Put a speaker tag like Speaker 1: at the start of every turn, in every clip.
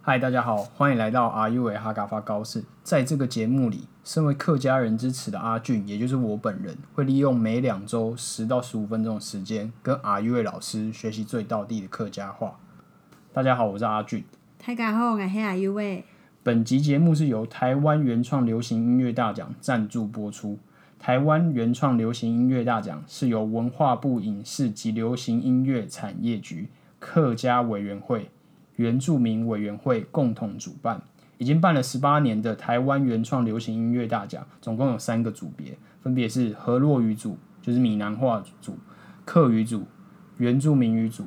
Speaker 1: 嗨，大家好，欢迎来到 R U 哈嘎发高士。在这个节目里，身为客家人之耻的阿俊，也就是我本人，会利用每两周十到十五分钟的时间，跟 R U 老师学习最道地的客家话。大家好，我是阿俊。
Speaker 2: 大家好，我是阿 U 喂。
Speaker 1: 本集节目是由台湾原创流行音乐大奖赞助播出。台湾原创流行音乐大奖是由文化部影视及流行音乐产业局客家委员会原住民委员会共同主办，已经办了十八年的台湾原创流行音乐大奖，总共有三个组别，分别是河洛语组，就是闽南话组、客语组、原住民语组。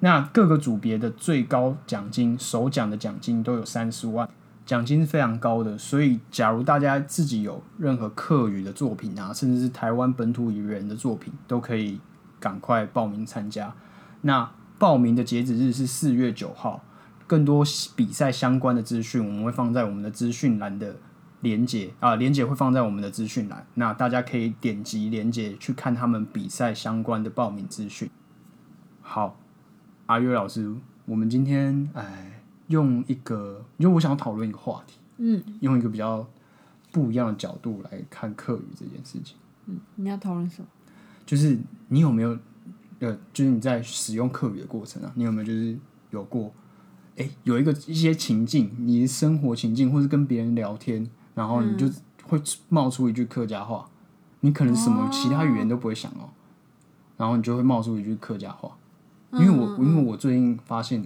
Speaker 1: 那各个组别的最高奖金，首奖的奖金都有三十万，奖金是非常高的。所以，假如大家自己有任何客语的作品啊，甚至是台湾本土语言的作品，都可以赶快报名参加。那报名的截止日是四月九号。更多比赛相关的资讯，我们会放在我们的资讯栏的连接啊，连接会放在我们的资讯栏。那大家可以点击连接去看他们比赛相关的报名资讯。好，阿月老师，我们今天哎，用一个，因为我想要讨论一个话题，嗯，用一个比较不一样的角度来看课语这件事情，
Speaker 2: 嗯，你要讨论什么？
Speaker 1: 就是你有没有呃，就是你在使用课语的过程啊，你有没有就是有过，哎、有一个一些情境，你的生活情境，或是跟别人聊天，然后你就
Speaker 2: 嗯
Speaker 1: 会冒出一句客家话，你可能什
Speaker 2: 哦
Speaker 1: 么其他语言都不会想哦，然后你就会冒出一句客家话。因
Speaker 2: 嗯
Speaker 1: 为我因为我最近发现，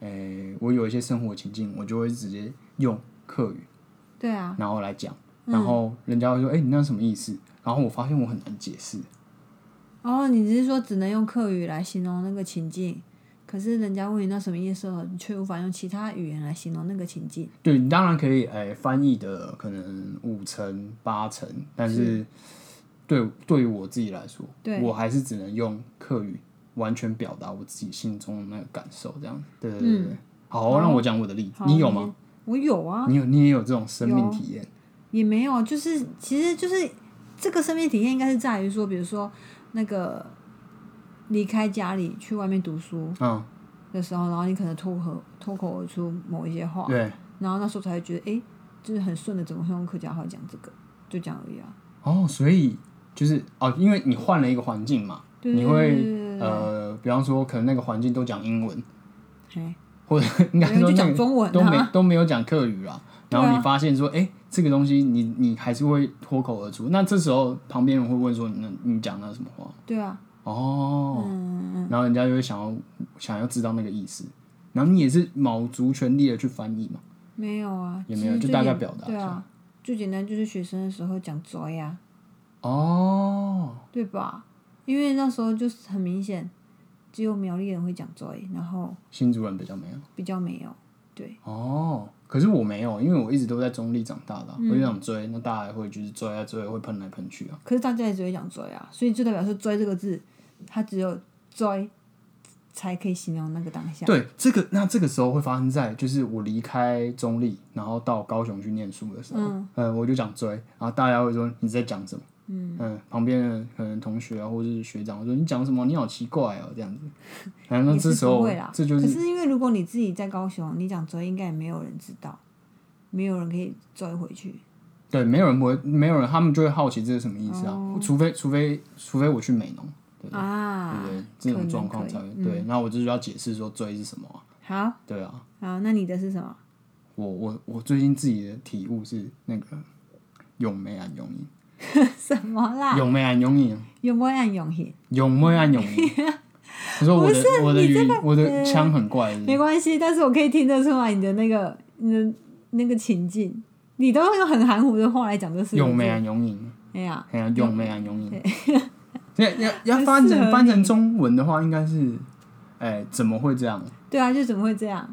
Speaker 1: 诶、我有一些生活情境，我就会直接用客语，
Speaker 2: 对啊，
Speaker 1: 然后来讲，然后人家会说，哎、你那什么意思？然后我发现我很难解释，
Speaker 2: 哦，你只是说只能用客语来形容那个情境，可是人家问你那什么意思的时候，你却无法用其他语言来形容那个情境。
Speaker 1: 对，你当然可以，诶、翻译的可能五成八成，但是对对于我自己来说，
Speaker 2: 对
Speaker 1: 我还是只能用客语完全表达我自己心中的那个感受，这样，对对对对。嗯好，让我讲我的例子
Speaker 2: 好，
Speaker 1: 你有吗？？
Speaker 2: 我有啊，
Speaker 1: 你有你也有这种生命体验，
Speaker 2: 也没有，啊就是其实就是这个生命体验应该是在于说，比如说那个离开家里去外面读书
Speaker 1: 嗯，
Speaker 2: 的时候，然后你可能脱口脱口而出某一些话，
Speaker 1: 对，
Speaker 2: 然后那时候才会觉得，诶，就是很顺的，怎么会用客家话讲这个？就这样而已啊。
Speaker 1: 哦，所以就是哦，因为你换了一个环境嘛，
Speaker 2: 对
Speaker 1: 你
Speaker 2: 对
Speaker 1: 会
Speaker 2: 对对对
Speaker 1: 呃，比方说可能那个环境都讲英文，
Speaker 2: 嘿
Speaker 1: 或者应该
Speaker 2: 没有
Speaker 1: 说那
Speaker 2: 就讲
Speaker 1: 个
Speaker 2: 中文
Speaker 1: 都没
Speaker 2: 啊，
Speaker 1: 都没有讲客语啦。
Speaker 2: 对
Speaker 1: 然
Speaker 2: 啊
Speaker 1: 后你发现说，哎、这个东西你你还是会脱口而出，那这时候旁边人会问说，那你讲那什么话？
Speaker 2: 对啊，
Speaker 1: 哦，
Speaker 2: 嗯，
Speaker 1: 然后人家就会想要想要知道那个意思，然后你也是卯足全力的去翻译嘛，
Speaker 2: 没有啊，
Speaker 1: 也没有
Speaker 2: 其实
Speaker 1: 就
Speaker 2: 最
Speaker 1: 大概
Speaker 2: 简
Speaker 1: 表达
Speaker 2: 对
Speaker 1: 一
Speaker 2: 啊，最简单就是学生的时候讲拽呀、
Speaker 1: 哦，
Speaker 2: 对吧？因为那时候就是很明显，只有苗栗人会讲拽，然后
Speaker 1: 新主人比较没有。
Speaker 2: 比较没有，对，
Speaker 1: 哦，可是我没有，因为我一直都在中立长大的啊、
Speaker 2: 嗯
Speaker 1: 我就想追，那大家会就是追啊追，会喷来喷去啊。
Speaker 2: 可是大家也只会讲拽啊，所以就代表说拽这个字，它只有拽才可以形容那个当下，
Speaker 1: 对，这个那这个时候会发生在就是我离开中立，然后到高雄去念书的时候，嗯、我就讲追，然后大家会说你在讲什么？嗯旁边的可能同学啊，或者是学长会说你讲什么？你好奇怪哦，这样子。然后
Speaker 2: 也
Speaker 1: 那这
Speaker 2: 是
Speaker 1: 时
Speaker 2: 不
Speaker 1: 候
Speaker 2: 会啦。
Speaker 1: 这就
Speaker 2: 可
Speaker 1: 是
Speaker 2: 是因为如果你自己在高雄，你讲拽应该也没有人知道，没有人可以拽回去。
Speaker 1: 对，没有人不会，没有人他们就会好奇这是什么意思啊？
Speaker 2: 哦
Speaker 1: 除非除非除非我去美农，对
Speaker 2: 啊，
Speaker 1: 不对？这
Speaker 2: 可
Speaker 1: 种
Speaker 2: 能
Speaker 1: 状况
Speaker 2: 可以嗯
Speaker 1: 才会、对。然后我就是要解释说追是什么啊、
Speaker 2: 好
Speaker 1: 对啊。
Speaker 2: 好，那你的是什么？
Speaker 1: 我我我最近自己的体悟是那个咏梅啊按咏音，
Speaker 2: 什么啦？
Speaker 1: 咏梅按咏音，
Speaker 2: 有没有按永恒？
Speaker 1: 咏梅按 咏音。我说我的我的语我
Speaker 2: 呃
Speaker 1: 的腔很怪，是不是
Speaker 2: 没关系，但是我可以听得出来你的那个、你的那个情境，你都用很含糊的话来讲这四个
Speaker 1: 咏梅
Speaker 2: 字。
Speaker 1: 按咏音，
Speaker 2: 哎呀，
Speaker 1: 啊哎呀，咏梅按咏音。要要要翻
Speaker 2: 哦很适合
Speaker 1: 成
Speaker 2: 你
Speaker 1: 翻成中文的话，应该是，哎，怎么会这样？
Speaker 2: 对啊，就怎么会这样？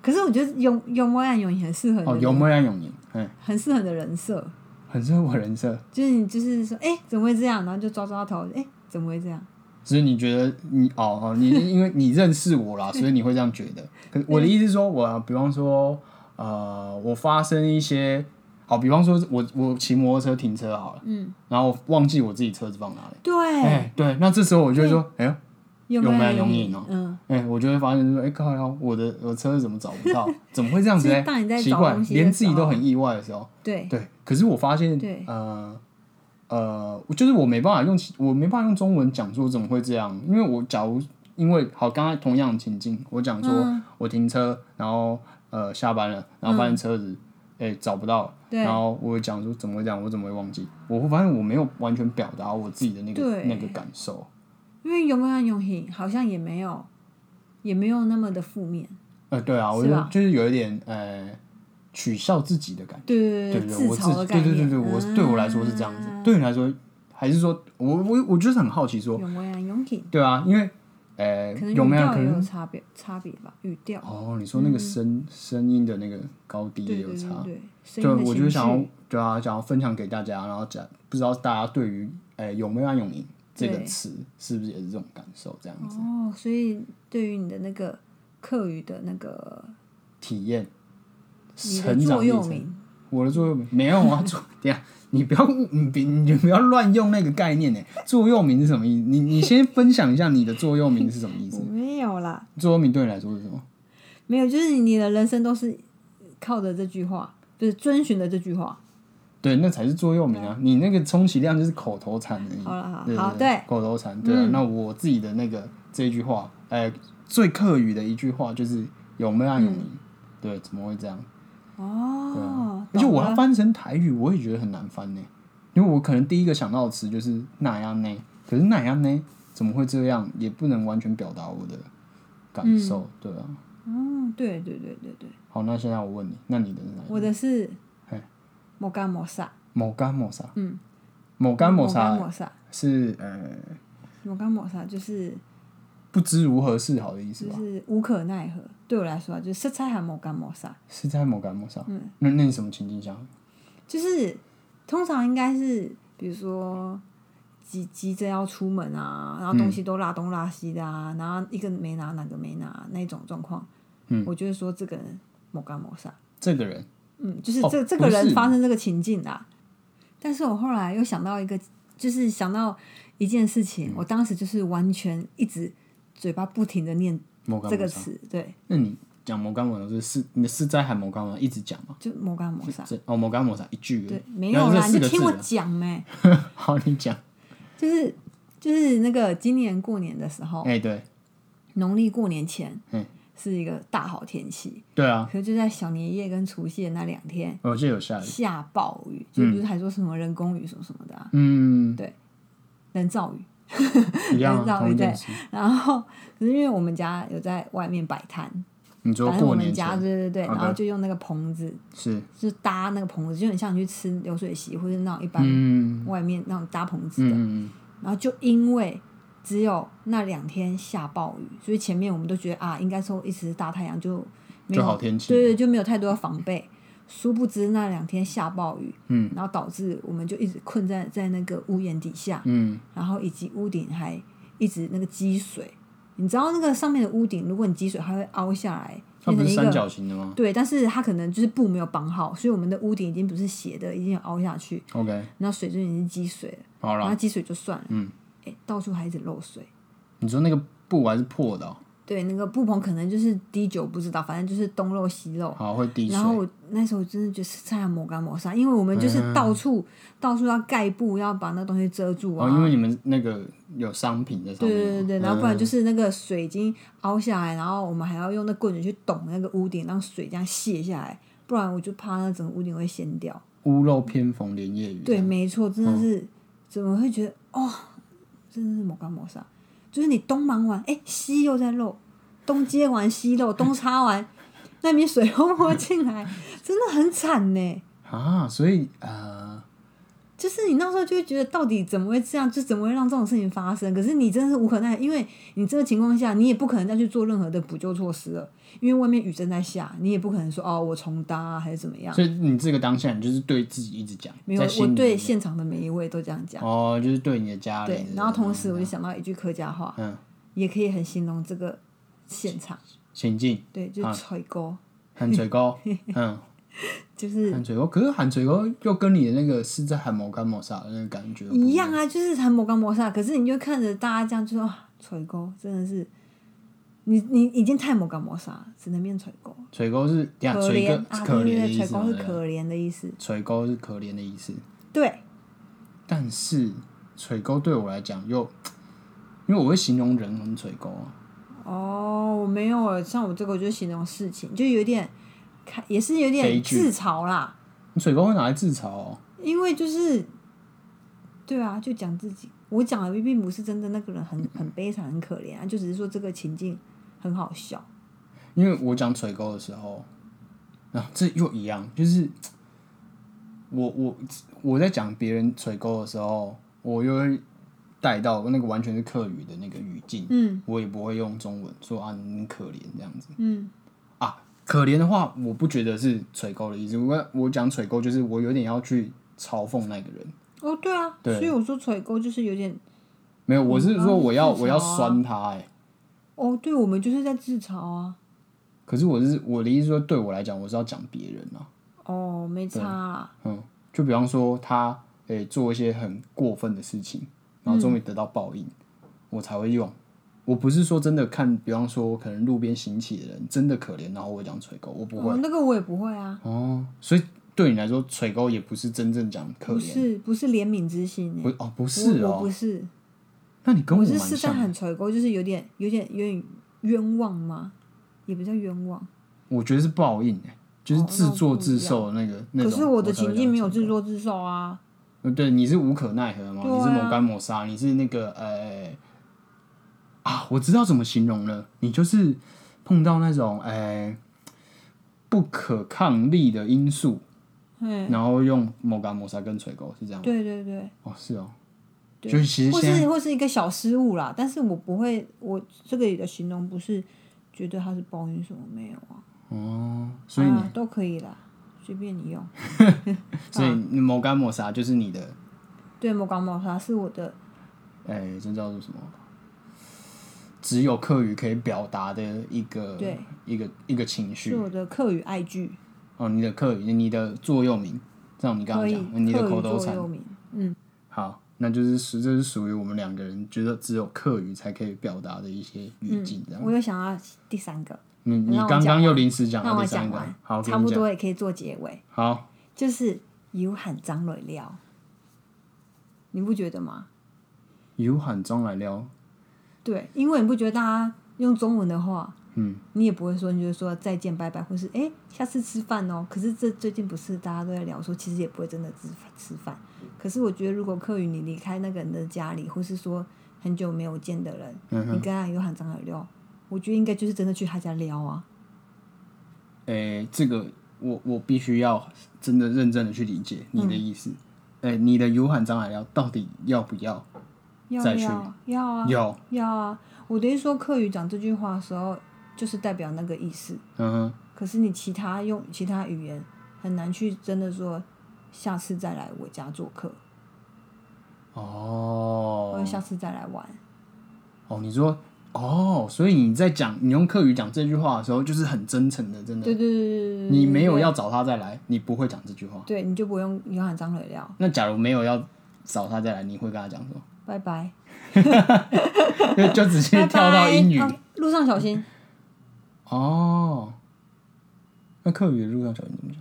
Speaker 2: 可是我觉得永永莫按永恒很适合你的
Speaker 1: 哦，咏梅按咏音，嗯，
Speaker 2: 很适合你的人设，
Speaker 1: 很适合我人设。
Speaker 2: 就是你就是说，哎、怎么会这样？然后就抓抓头，哎、怎么会这样？
Speaker 1: 所以你觉得你哦哦，你因为你认识我 啦，所以你会这样觉得。可是我的意思是说，我比方说，呃，我发生一些，好，比方说我我骑摩托车停车好了，
Speaker 2: 嗯，
Speaker 1: 然后忘记我自己车子放哪里，
Speaker 2: 对，
Speaker 1: 哎哎、对，那这时候我就会说，哎呦，
Speaker 2: 用
Speaker 1: 用
Speaker 2: 爱
Speaker 1: 爱
Speaker 2: 永
Speaker 1: 永影哦
Speaker 2: 嗯，
Speaker 1: 哎、我就会发现说，哎、靠腰，我的我的车怎么找不到？怎么会这样子
Speaker 2: 就是
Speaker 1: 呢
Speaker 2: 当你在？
Speaker 1: 奇
Speaker 2: 找
Speaker 1: 怪
Speaker 2: 东，西的
Speaker 1: 连自己
Speaker 2: 时候
Speaker 1: 都很意外的时候，
Speaker 2: 对，
Speaker 1: 对。可是我发现
Speaker 2: 对，
Speaker 1: 呃呃，就是我没办法用其，我没办法用中文讲说怎么会这样，因为我假如因为好，刚才同样的情境，我讲说
Speaker 2: 嗯
Speaker 1: 我停车，然后呃下班了，然后发现车子哎、找不到，
Speaker 2: 对
Speaker 1: 然后我会讲说怎么会这样，我怎么会忘记？我会发现我没有完全表达我自己的那个
Speaker 2: 对
Speaker 1: 那个感受，
Speaker 2: 因为用爱永影好像也没有，也没有那么的负面。
Speaker 1: 呃，对啊，我
Speaker 2: 是
Speaker 1: 就
Speaker 2: 吧
Speaker 1: 就是有一点呃取笑自己的感觉。
Speaker 2: 对对
Speaker 1: 对
Speaker 2: 自
Speaker 1: 对，我自
Speaker 2: 嘲的
Speaker 1: 己
Speaker 2: 嗯概
Speaker 1: 对对
Speaker 2: 念。
Speaker 1: 对对，我对我来说是这样子，对你来说还是说我我我就是很好奇说，
Speaker 2: 用爱永影，
Speaker 1: 对啊，因为呃
Speaker 2: 可能
Speaker 1: 有
Speaker 2: 语
Speaker 1: 没有
Speaker 2: 调
Speaker 1: 可
Speaker 2: 也有
Speaker 1: 能
Speaker 2: 差别差别吧，语调。
Speaker 1: 哦？你说那个声声音的那个高低也
Speaker 2: 嗯对
Speaker 1: 有
Speaker 2: 对对
Speaker 1: 差，
Speaker 2: 对，声
Speaker 1: 对，
Speaker 2: 音的
Speaker 1: 我就
Speaker 2: 情
Speaker 1: 想要
Speaker 2: 绪，
Speaker 1: 对啊，想要分享给大家，然后讲不知道大家对于呃有没有安永宁这个
Speaker 2: 对
Speaker 1: 词是不是也是这种感受这样子
Speaker 2: 哦，所以对于你的那个课语的那个
Speaker 1: 体验
Speaker 2: 你的
Speaker 1: 成长
Speaker 2: 座
Speaker 1: 历
Speaker 2: 右
Speaker 1: 程。嗯
Speaker 2: 铭，
Speaker 1: 我的座右铭没有啊，座等一下你不要误你别你不要乱用那个概念呢。 座右铭是什么意思？你你先分享一下你的座右铭是什么意
Speaker 2: 我
Speaker 1: 思？
Speaker 2: 没有啦，
Speaker 1: 座右铭对你来说是什么？
Speaker 2: 没有，就是你的人生都是靠着这句话，不是遵循的这句话。
Speaker 1: 对，那才是座右铭啊！你那个充其量就是口头禅而已。
Speaker 2: 好了，好
Speaker 1: 对
Speaker 2: 了，好，
Speaker 1: 对
Speaker 2: 对，，嗯
Speaker 1: 口头禅。对啊，那我自己的那个这一句话，呃，最客语的一句话就是“有没有用
Speaker 2: 嗯
Speaker 1: 你”，对，怎么会这样？
Speaker 2: 哦，
Speaker 1: 啊而且我
Speaker 2: 懂
Speaker 1: 要
Speaker 2: 了
Speaker 1: 翻成台语，我也觉得很难翻呢，因为我可能第一个想到的词就是那样呢，可是那样呢怎么会这样？也不能完全表达我的感受，对啊。
Speaker 2: 嗯，对对对对对，
Speaker 1: 好，那现在我问你，那你的是哪一个？
Speaker 2: 我的是
Speaker 1: 嗯嘿
Speaker 2: 莫干莫萨，
Speaker 1: 某干某啥？
Speaker 2: 嗯，
Speaker 1: 某干某
Speaker 2: 干
Speaker 1: 啥
Speaker 2: 莫萨，
Speaker 1: 是呃
Speaker 2: 莫干莫萨就是
Speaker 1: 不知如何是好的意思
Speaker 2: 就
Speaker 1: 吧？
Speaker 2: 是无可奈何，对我来说啊就是色彩还莫干莫萨，
Speaker 1: 是在某干某啥？
Speaker 2: 嗯
Speaker 1: 那那你什么情境下？
Speaker 2: 就是通常应该是比如说急急着要出门啊，然后东西都拉东拉西的啊，然后一个没拿哪个没拿那种状况，
Speaker 1: 嗯
Speaker 2: 我就会说这个人莫干莫萨，
Speaker 1: 这个人
Speaker 2: 嗯，就是
Speaker 1: 哦
Speaker 2: 这、这
Speaker 1: 不
Speaker 2: 个
Speaker 1: 是
Speaker 2: 人发生这个情境啦。但是我后来又想到一个，就是想到一件事情，
Speaker 1: 嗯
Speaker 2: 我当时就是完全一直嘴巴不停的念
Speaker 1: 某干
Speaker 2: 这个
Speaker 1: 某啥？
Speaker 2: 词，对，
Speaker 1: 那你讲某干某啥是是你的是在喊某干某啥一直讲吗？
Speaker 2: 就摩干摩萨，
Speaker 1: 这哦某干某啥一句而已
Speaker 2: 对，没
Speaker 1: 然
Speaker 2: 有
Speaker 1: 后这
Speaker 2: 啦，你
Speaker 1: 四
Speaker 2: 就
Speaker 1: 个
Speaker 2: 听
Speaker 1: 字
Speaker 2: 我
Speaker 1: 啊
Speaker 2: 讲没、
Speaker 1: 好，你讲。
Speaker 2: 就是就是那个今年过年的时候，
Speaker 1: 哎、对
Speaker 2: 农历过年前
Speaker 1: 嗯
Speaker 2: 是一个大好天气，
Speaker 1: 对啊，
Speaker 2: 可是就在小年夜跟除夕的那两天
Speaker 1: 我记得有下雨。
Speaker 2: 下暴雨，就不是还说什么人工雨什么什么的、啊，
Speaker 1: 嗯，
Speaker 2: 人造雨。
Speaker 1: 一样
Speaker 2: 人造
Speaker 1: 啊，
Speaker 2: 雨
Speaker 1: 同一件
Speaker 2: 对
Speaker 1: 事。
Speaker 2: 然后可是因为我们家有在外面摆摊，
Speaker 1: 你说
Speaker 2: 反正我
Speaker 1: 过
Speaker 2: 们
Speaker 1: 年
Speaker 2: 家
Speaker 1: 前
Speaker 2: 对对对，
Speaker 1: OK
Speaker 2: 然后就用那个棚子，
Speaker 1: 是，
Speaker 2: 就搭那个棚子，就很像你去吃流水席或者那种一般
Speaker 1: 嗯
Speaker 2: 外面那种搭棚
Speaker 1: 嗯
Speaker 2: 子的。
Speaker 1: 嗯，
Speaker 2: 然后就因为只有那两天下暴雨，所以前面我们都觉得啊，应该说一直大太阳就
Speaker 1: 嗯
Speaker 2: 没
Speaker 1: 就
Speaker 2: 有
Speaker 1: 好天气。
Speaker 2: 对对，就没有太多的防备。殊不知那两天下暴雨，
Speaker 1: 嗯，
Speaker 2: 然后导致我们就一直困在在那个屋檐底下，
Speaker 1: 嗯，
Speaker 2: 然后以及屋顶还一直那个积水。你知道那个上面的屋顶，如果你积水，它会凹下来，
Speaker 1: 它不
Speaker 2: 变成
Speaker 1: 是
Speaker 2: 一
Speaker 1: 三
Speaker 2: 个
Speaker 1: 角形的吗
Speaker 2: 对，但是它可能就是布没有绑好，所以我们的屋顶已经不是斜的，已经有凹下去，
Speaker 1: ？OK，
Speaker 2: 然后水就已经积水了，
Speaker 1: 好
Speaker 2: 然
Speaker 1: 啦
Speaker 2: 后，积水就算了，
Speaker 1: 嗯，
Speaker 2: 哎、到处还一直漏水。
Speaker 1: 你说那个布还是破的哦，
Speaker 2: 对，那个布棚可能就是滴久不知道，反正就是东漏西漏。
Speaker 1: 好会滴水
Speaker 2: 然。后我那时候真的觉得是差点抹干抹杀，因为我们就是
Speaker 1: 啊
Speaker 2: 到处、到处要盖布，要把那东西遮住啊。
Speaker 1: 哦，因为你们那个有商品在上
Speaker 2: 对
Speaker 1: 面
Speaker 2: 对
Speaker 1: 嘛。
Speaker 2: 对对，然后
Speaker 1: 嗯
Speaker 2: 不然就是那个水已经凹下来，然后我们还要用那棍子去捅那个屋顶，让水这样泄下来，不然我就怕那整个屋顶会掀掉。
Speaker 1: 屋漏偏逢连夜雨。
Speaker 2: 对，，没错，真
Speaker 1: 嗯
Speaker 2: 的是、怎么会觉得哦，真的是抹干抹杀，就是你东忙完，哎，西又在漏，东接完西漏，东插完，那边水 又泼进来，真的很惨呢。
Speaker 1: 啊，所以呃，
Speaker 2: 就是你那时候就会觉得，到底怎么会这样？就怎么会让这种事情发生？可是你真的是无可奈何，因为你这个情况下，你也不可能再去做任何的补救措施了，因为外面雨正在下，你也不可能说哦，我重搭、啊、还是怎么样。
Speaker 1: 所以你这个当下，你就是对自己一直讲，
Speaker 2: 没有
Speaker 1: 在，心
Speaker 2: 我
Speaker 1: 里
Speaker 2: 对
Speaker 1: 面
Speaker 2: 现场的每一位都这样讲。
Speaker 1: 哦，就是对你的家人
Speaker 2: 对
Speaker 1: 的，人。
Speaker 2: 然后同
Speaker 1: 嗯
Speaker 2: 时我就想到一句客家话，
Speaker 1: 嗯
Speaker 2: 也可以很形容这个现场，
Speaker 1: 情境
Speaker 2: 对，就是吹锅，
Speaker 1: 喊嘴 高，嗯，
Speaker 2: 就是
Speaker 1: 喊嘴高，可是喊嘴高又跟你的那个是在喊某干某啥的那个感觉不
Speaker 2: 一样啊，就是很摩干摩萨。可是你就看着大家这样就说啊垂钩真的是，你你已经太魔干魔杀，只能变垂钩。
Speaker 1: 垂钩是等下
Speaker 2: 可
Speaker 1: 垂钩
Speaker 2: 怜啊，
Speaker 1: 是可
Speaker 2: 对
Speaker 1: 怜
Speaker 2: 对
Speaker 1: 的
Speaker 2: 对，
Speaker 1: 意
Speaker 2: 垂
Speaker 1: 思
Speaker 2: 钩
Speaker 1: 嘛，
Speaker 2: 是
Speaker 1: 对不对
Speaker 2: 可怜的意思。
Speaker 1: 垂钩是可怜的意思。
Speaker 2: 对，
Speaker 1: 但是垂钩对我来讲又，因为我会形容人很垂钩啊，
Speaker 2: 哦，我没有了，像我这个我就形容事情，就有点看，也是有
Speaker 1: 悲
Speaker 2: 点
Speaker 1: 剧
Speaker 2: 自嘲啦，
Speaker 1: 你垂钩会拿来自嘲、哦，
Speaker 2: 因为就是，对啊，就讲自己，我讲的并不是真的那个人很很悲惨很可怜啊，就只是说这个情境很好笑。
Speaker 1: 因为我讲垂钩的时候，啊，这又一样，就是我我我在讲别人垂钩的时候，我又会带到那个完全是客语的那个语境，
Speaker 2: 嗯
Speaker 1: 我也不会用中文说啊你很可怜这样子。
Speaker 2: 嗯，
Speaker 1: 啊，可怜的话，我不觉得是垂钩的意思。我我讲垂钩，就是我有点要去嘲讽那个人。
Speaker 2: 哦对啊，
Speaker 1: 对
Speaker 2: 所以我说垂钩就是有点，
Speaker 1: 没有，我是说我要、
Speaker 2: 嗯
Speaker 1: 我要
Speaker 2: 自嘲啊
Speaker 1: 酸他哎、
Speaker 2: 哦对，我们就是在自嘲啊，
Speaker 1: 可是我是我的意思说，对我来讲，我是要讲别人啊。
Speaker 2: 哦没差啦。
Speaker 1: 嗯，就比方说他诶、做一些很过分的事情，然后
Speaker 2: 嗯
Speaker 1: 终于得到报应，我才会用。我不是说真的看，比方说可能路边行乞的人真的可怜，然后我讲垂钩，我不会
Speaker 2: 哦，那个我也不会啊，
Speaker 1: 哦。所以对你来说，垂钩也不是真正讲可
Speaker 2: 不
Speaker 1: 怜，
Speaker 2: 是不是怜悯之心
Speaker 1: 不
Speaker 2: 欸，
Speaker 1: 哦不是
Speaker 2: 我我
Speaker 1: 哦
Speaker 2: 不，是，
Speaker 1: 那你跟我
Speaker 2: 是
Speaker 1: 蛮
Speaker 2: 是
Speaker 1: 像
Speaker 2: 在
Speaker 1: 的。
Speaker 2: 很垂钩，就是有点有点有点冤枉吗？也不叫冤枉，
Speaker 1: 我觉得是报应、欸，就是
Speaker 2: 哦
Speaker 1: 自作自受的那个、那
Speaker 2: 可
Speaker 1: 种。
Speaker 2: 是我的
Speaker 1: 才会
Speaker 2: 情
Speaker 1: 这样
Speaker 2: 境没有
Speaker 1: 讲
Speaker 2: 自作自受啊。
Speaker 1: 呃对，你是无可奈何嘛，
Speaker 2: 对啊
Speaker 1: 你是某干某杀，你是那个呃啊，我知道怎么形容了，你就是碰到那种呃不可抗力的因素，
Speaker 2: 嗯，
Speaker 1: 然后用某干某杀跟垂钩是这样吗？
Speaker 2: 对对对，
Speaker 1: 哦，是哦，
Speaker 2: 对
Speaker 1: 就是其实
Speaker 2: 或
Speaker 1: 现在
Speaker 2: 是或是一个小失误啦，但是我不会，我这个里的形容不是觉得他是报应什么没有啊，
Speaker 1: 哦，所以你、
Speaker 2: 啊都可以啦，随便你用。
Speaker 1: 所以
Speaker 2: 啊
Speaker 1: 你某干某杀就是你的
Speaker 2: 对，某港某茶是我的
Speaker 1: 哎，这叫做什么？只有客语可以表达的一个
Speaker 2: 对
Speaker 1: 一个一个情绪
Speaker 2: 是我的客语爱句，
Speaker 1: 哦，你的客语，你的座右铭，这样你刚
Speaker 2: 可
Speaker 1: 刚
Speaker 2: 以
Speaker 1: 讲，你的
Speaker 2: 客
Speaker 1: 口
Speaker 2: 语
Speaker 1: 头
Speaker 2: 座
Speaker 1: 禅，
Speaker 2: 右铭，嗯，
Speaker 1: 好，那就是属这是属于我们两个人觉得只有客语才可以表达的一些语境，这样。
Speaker 2: 我又想要第三个，
Speaker 1: 你你
Speaker 2: 嗯让我
Speaker 1: 刚
Speaker 2: 讲
Speaker 1: 刚
Speaker 2: 完
Speaker 1: 又临时讲
Speaker 2: 让
Speaker 1: 到
Speaker 2: 我
Speaker 1: 第三
Speaker 2: 讲
Speaker 1: 个
Speaker 2: 完，，
Speaker 1: 好，给
Speaker 2: 差
Speaker 1: 你
Speaker 2: 不
Speaker 1: 讲，
Speaker 2: 多也可以做结尾，
Speaker 1: 好，
Speaker 2: 就是有喊张蕊料，你不觉得吗？
Speaker 1: 有喊张来了，
Speaker 2: 对，因为你不觉得大家用中文的话，嗯，你也不会说，你就说再见拜拜，或是哎、诶下次吃饭哦。可是这最近不是大家都在聊说，其实也不会真的吃饭吃饭。可是我觉得，如果客语你离开那个人的家里，或是说很久没有见的人，
Speaker 1: 嗯
Speaker 2: 你跟他有喊张耳撩，我觉得应该就是真的去他家撩啊。
Speaker 1: 诶、这个我我必须要真的认真的去理解你
Speaker 2: 嗯
Speaker 1: 的意思，诶、你的有喊张来了到底要不要？
Speaker 2: 要
Speaker 1: 再去
Speaker 2: 要要啊
Speaker 1: 要，
Speaker 2: 要啊！我的意思说，客语讲这句话的时候，就是代表那个意思。
Speaker 1: 嗯哼。
Speaker 2: 可是你其他用其他语言很难去真的说，下次再来我家做客，或者
Speaker 1: 哦
Speaker 2: 下次再来玩。
Speaker 1: 哦，你说哦，所以你在讲你用客语讲这句话的时候，就是很真诚的，真的，
Speaker 2: 对对对对对，
Speaker 1: 你没有要找他再来，你不会讲这句话。
Speaker 2: 对，你就不用有喊张磊料，
Speaker 1: 那假如没有要找他再来，你会跟他讲什么？
Speaker 2: 拜拜，
Speaker 1: 就就直接
Speaker 2: 拜
Speaker 1: 跳到英语
Speaker 2: 拜哦路上小心，
Speaker 1: 哦。那客语的路上小心怎么讲？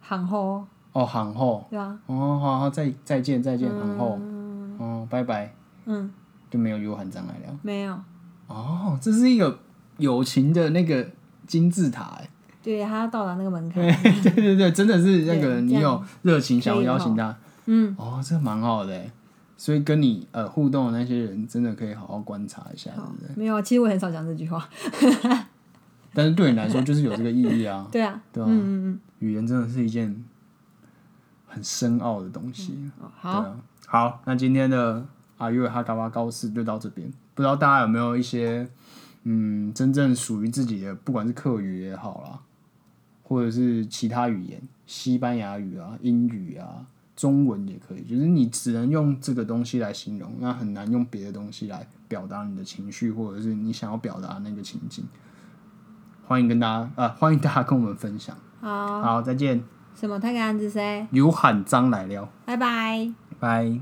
Speaker 2: 喊吼，
Speaker 1: 哦，行后
Speaker 2: 对吧？
Speaker 1: 哦，好好再再见再见，行后
Speaker 2: 嗯
Speaker 1: 哦，拜拜，
Speaker 2: 嗯，
Speaker 1: 就没有有喊张来了。
Speaker 2: 没有，
Speaker 1: 哦，这是一个友情的那个金字塔哎。
Speaker 2: 对他要到达那个门槛，
Speaker 1: 对对对对，真的是那个
Speaker 2: 对
Speaker 1: 你
Speaker 2: 这样
Speaker 1: 有热情想要邀请他，
Speaker 2: 嗯，
Speaker 1: 哦，这蛮好的欸，所以跟你呃互动的那些人，真的可以好好观察一下，对
Speaker 2: 好
Speaker 1: 不对？
Speaker 2: 没有啊，其实我很少讲这句话，
Speaker 1: 但是对你 来说，就是有这个意义啊，
Speaker 2: 对啊，
Speaker 1: 对啊，
Speaker 2: 嗯嗯
Speaker 1: 语言真的是一件很深奥的东西，
Speaker 2: 嗯，
Speaker 1: 对
Speaker 2: 好，
Speaker 1: 啊。好，那今天的阿月哈嘎哇高斯就到这边，不知道大家有没有一些嗯真正属于自己的，不管是课语也好啦，或者是其他语言，西班牙语啊、英语啊、中文也可以，就是你只能用这个东西来形容，那很难用别的东西来表达你的情绪，或者是你想要表达的那个情境。欢迎跟大家，呃，欢迎大家跟我们分享。
Speaker 2: 好，
Speaker 1: 好，再见，
Speaker 2: 什么？他跟安子谁？
Speaker 1: 有喊张来了，
Speaker 2: 拜拜。
Speaker 1: 拜。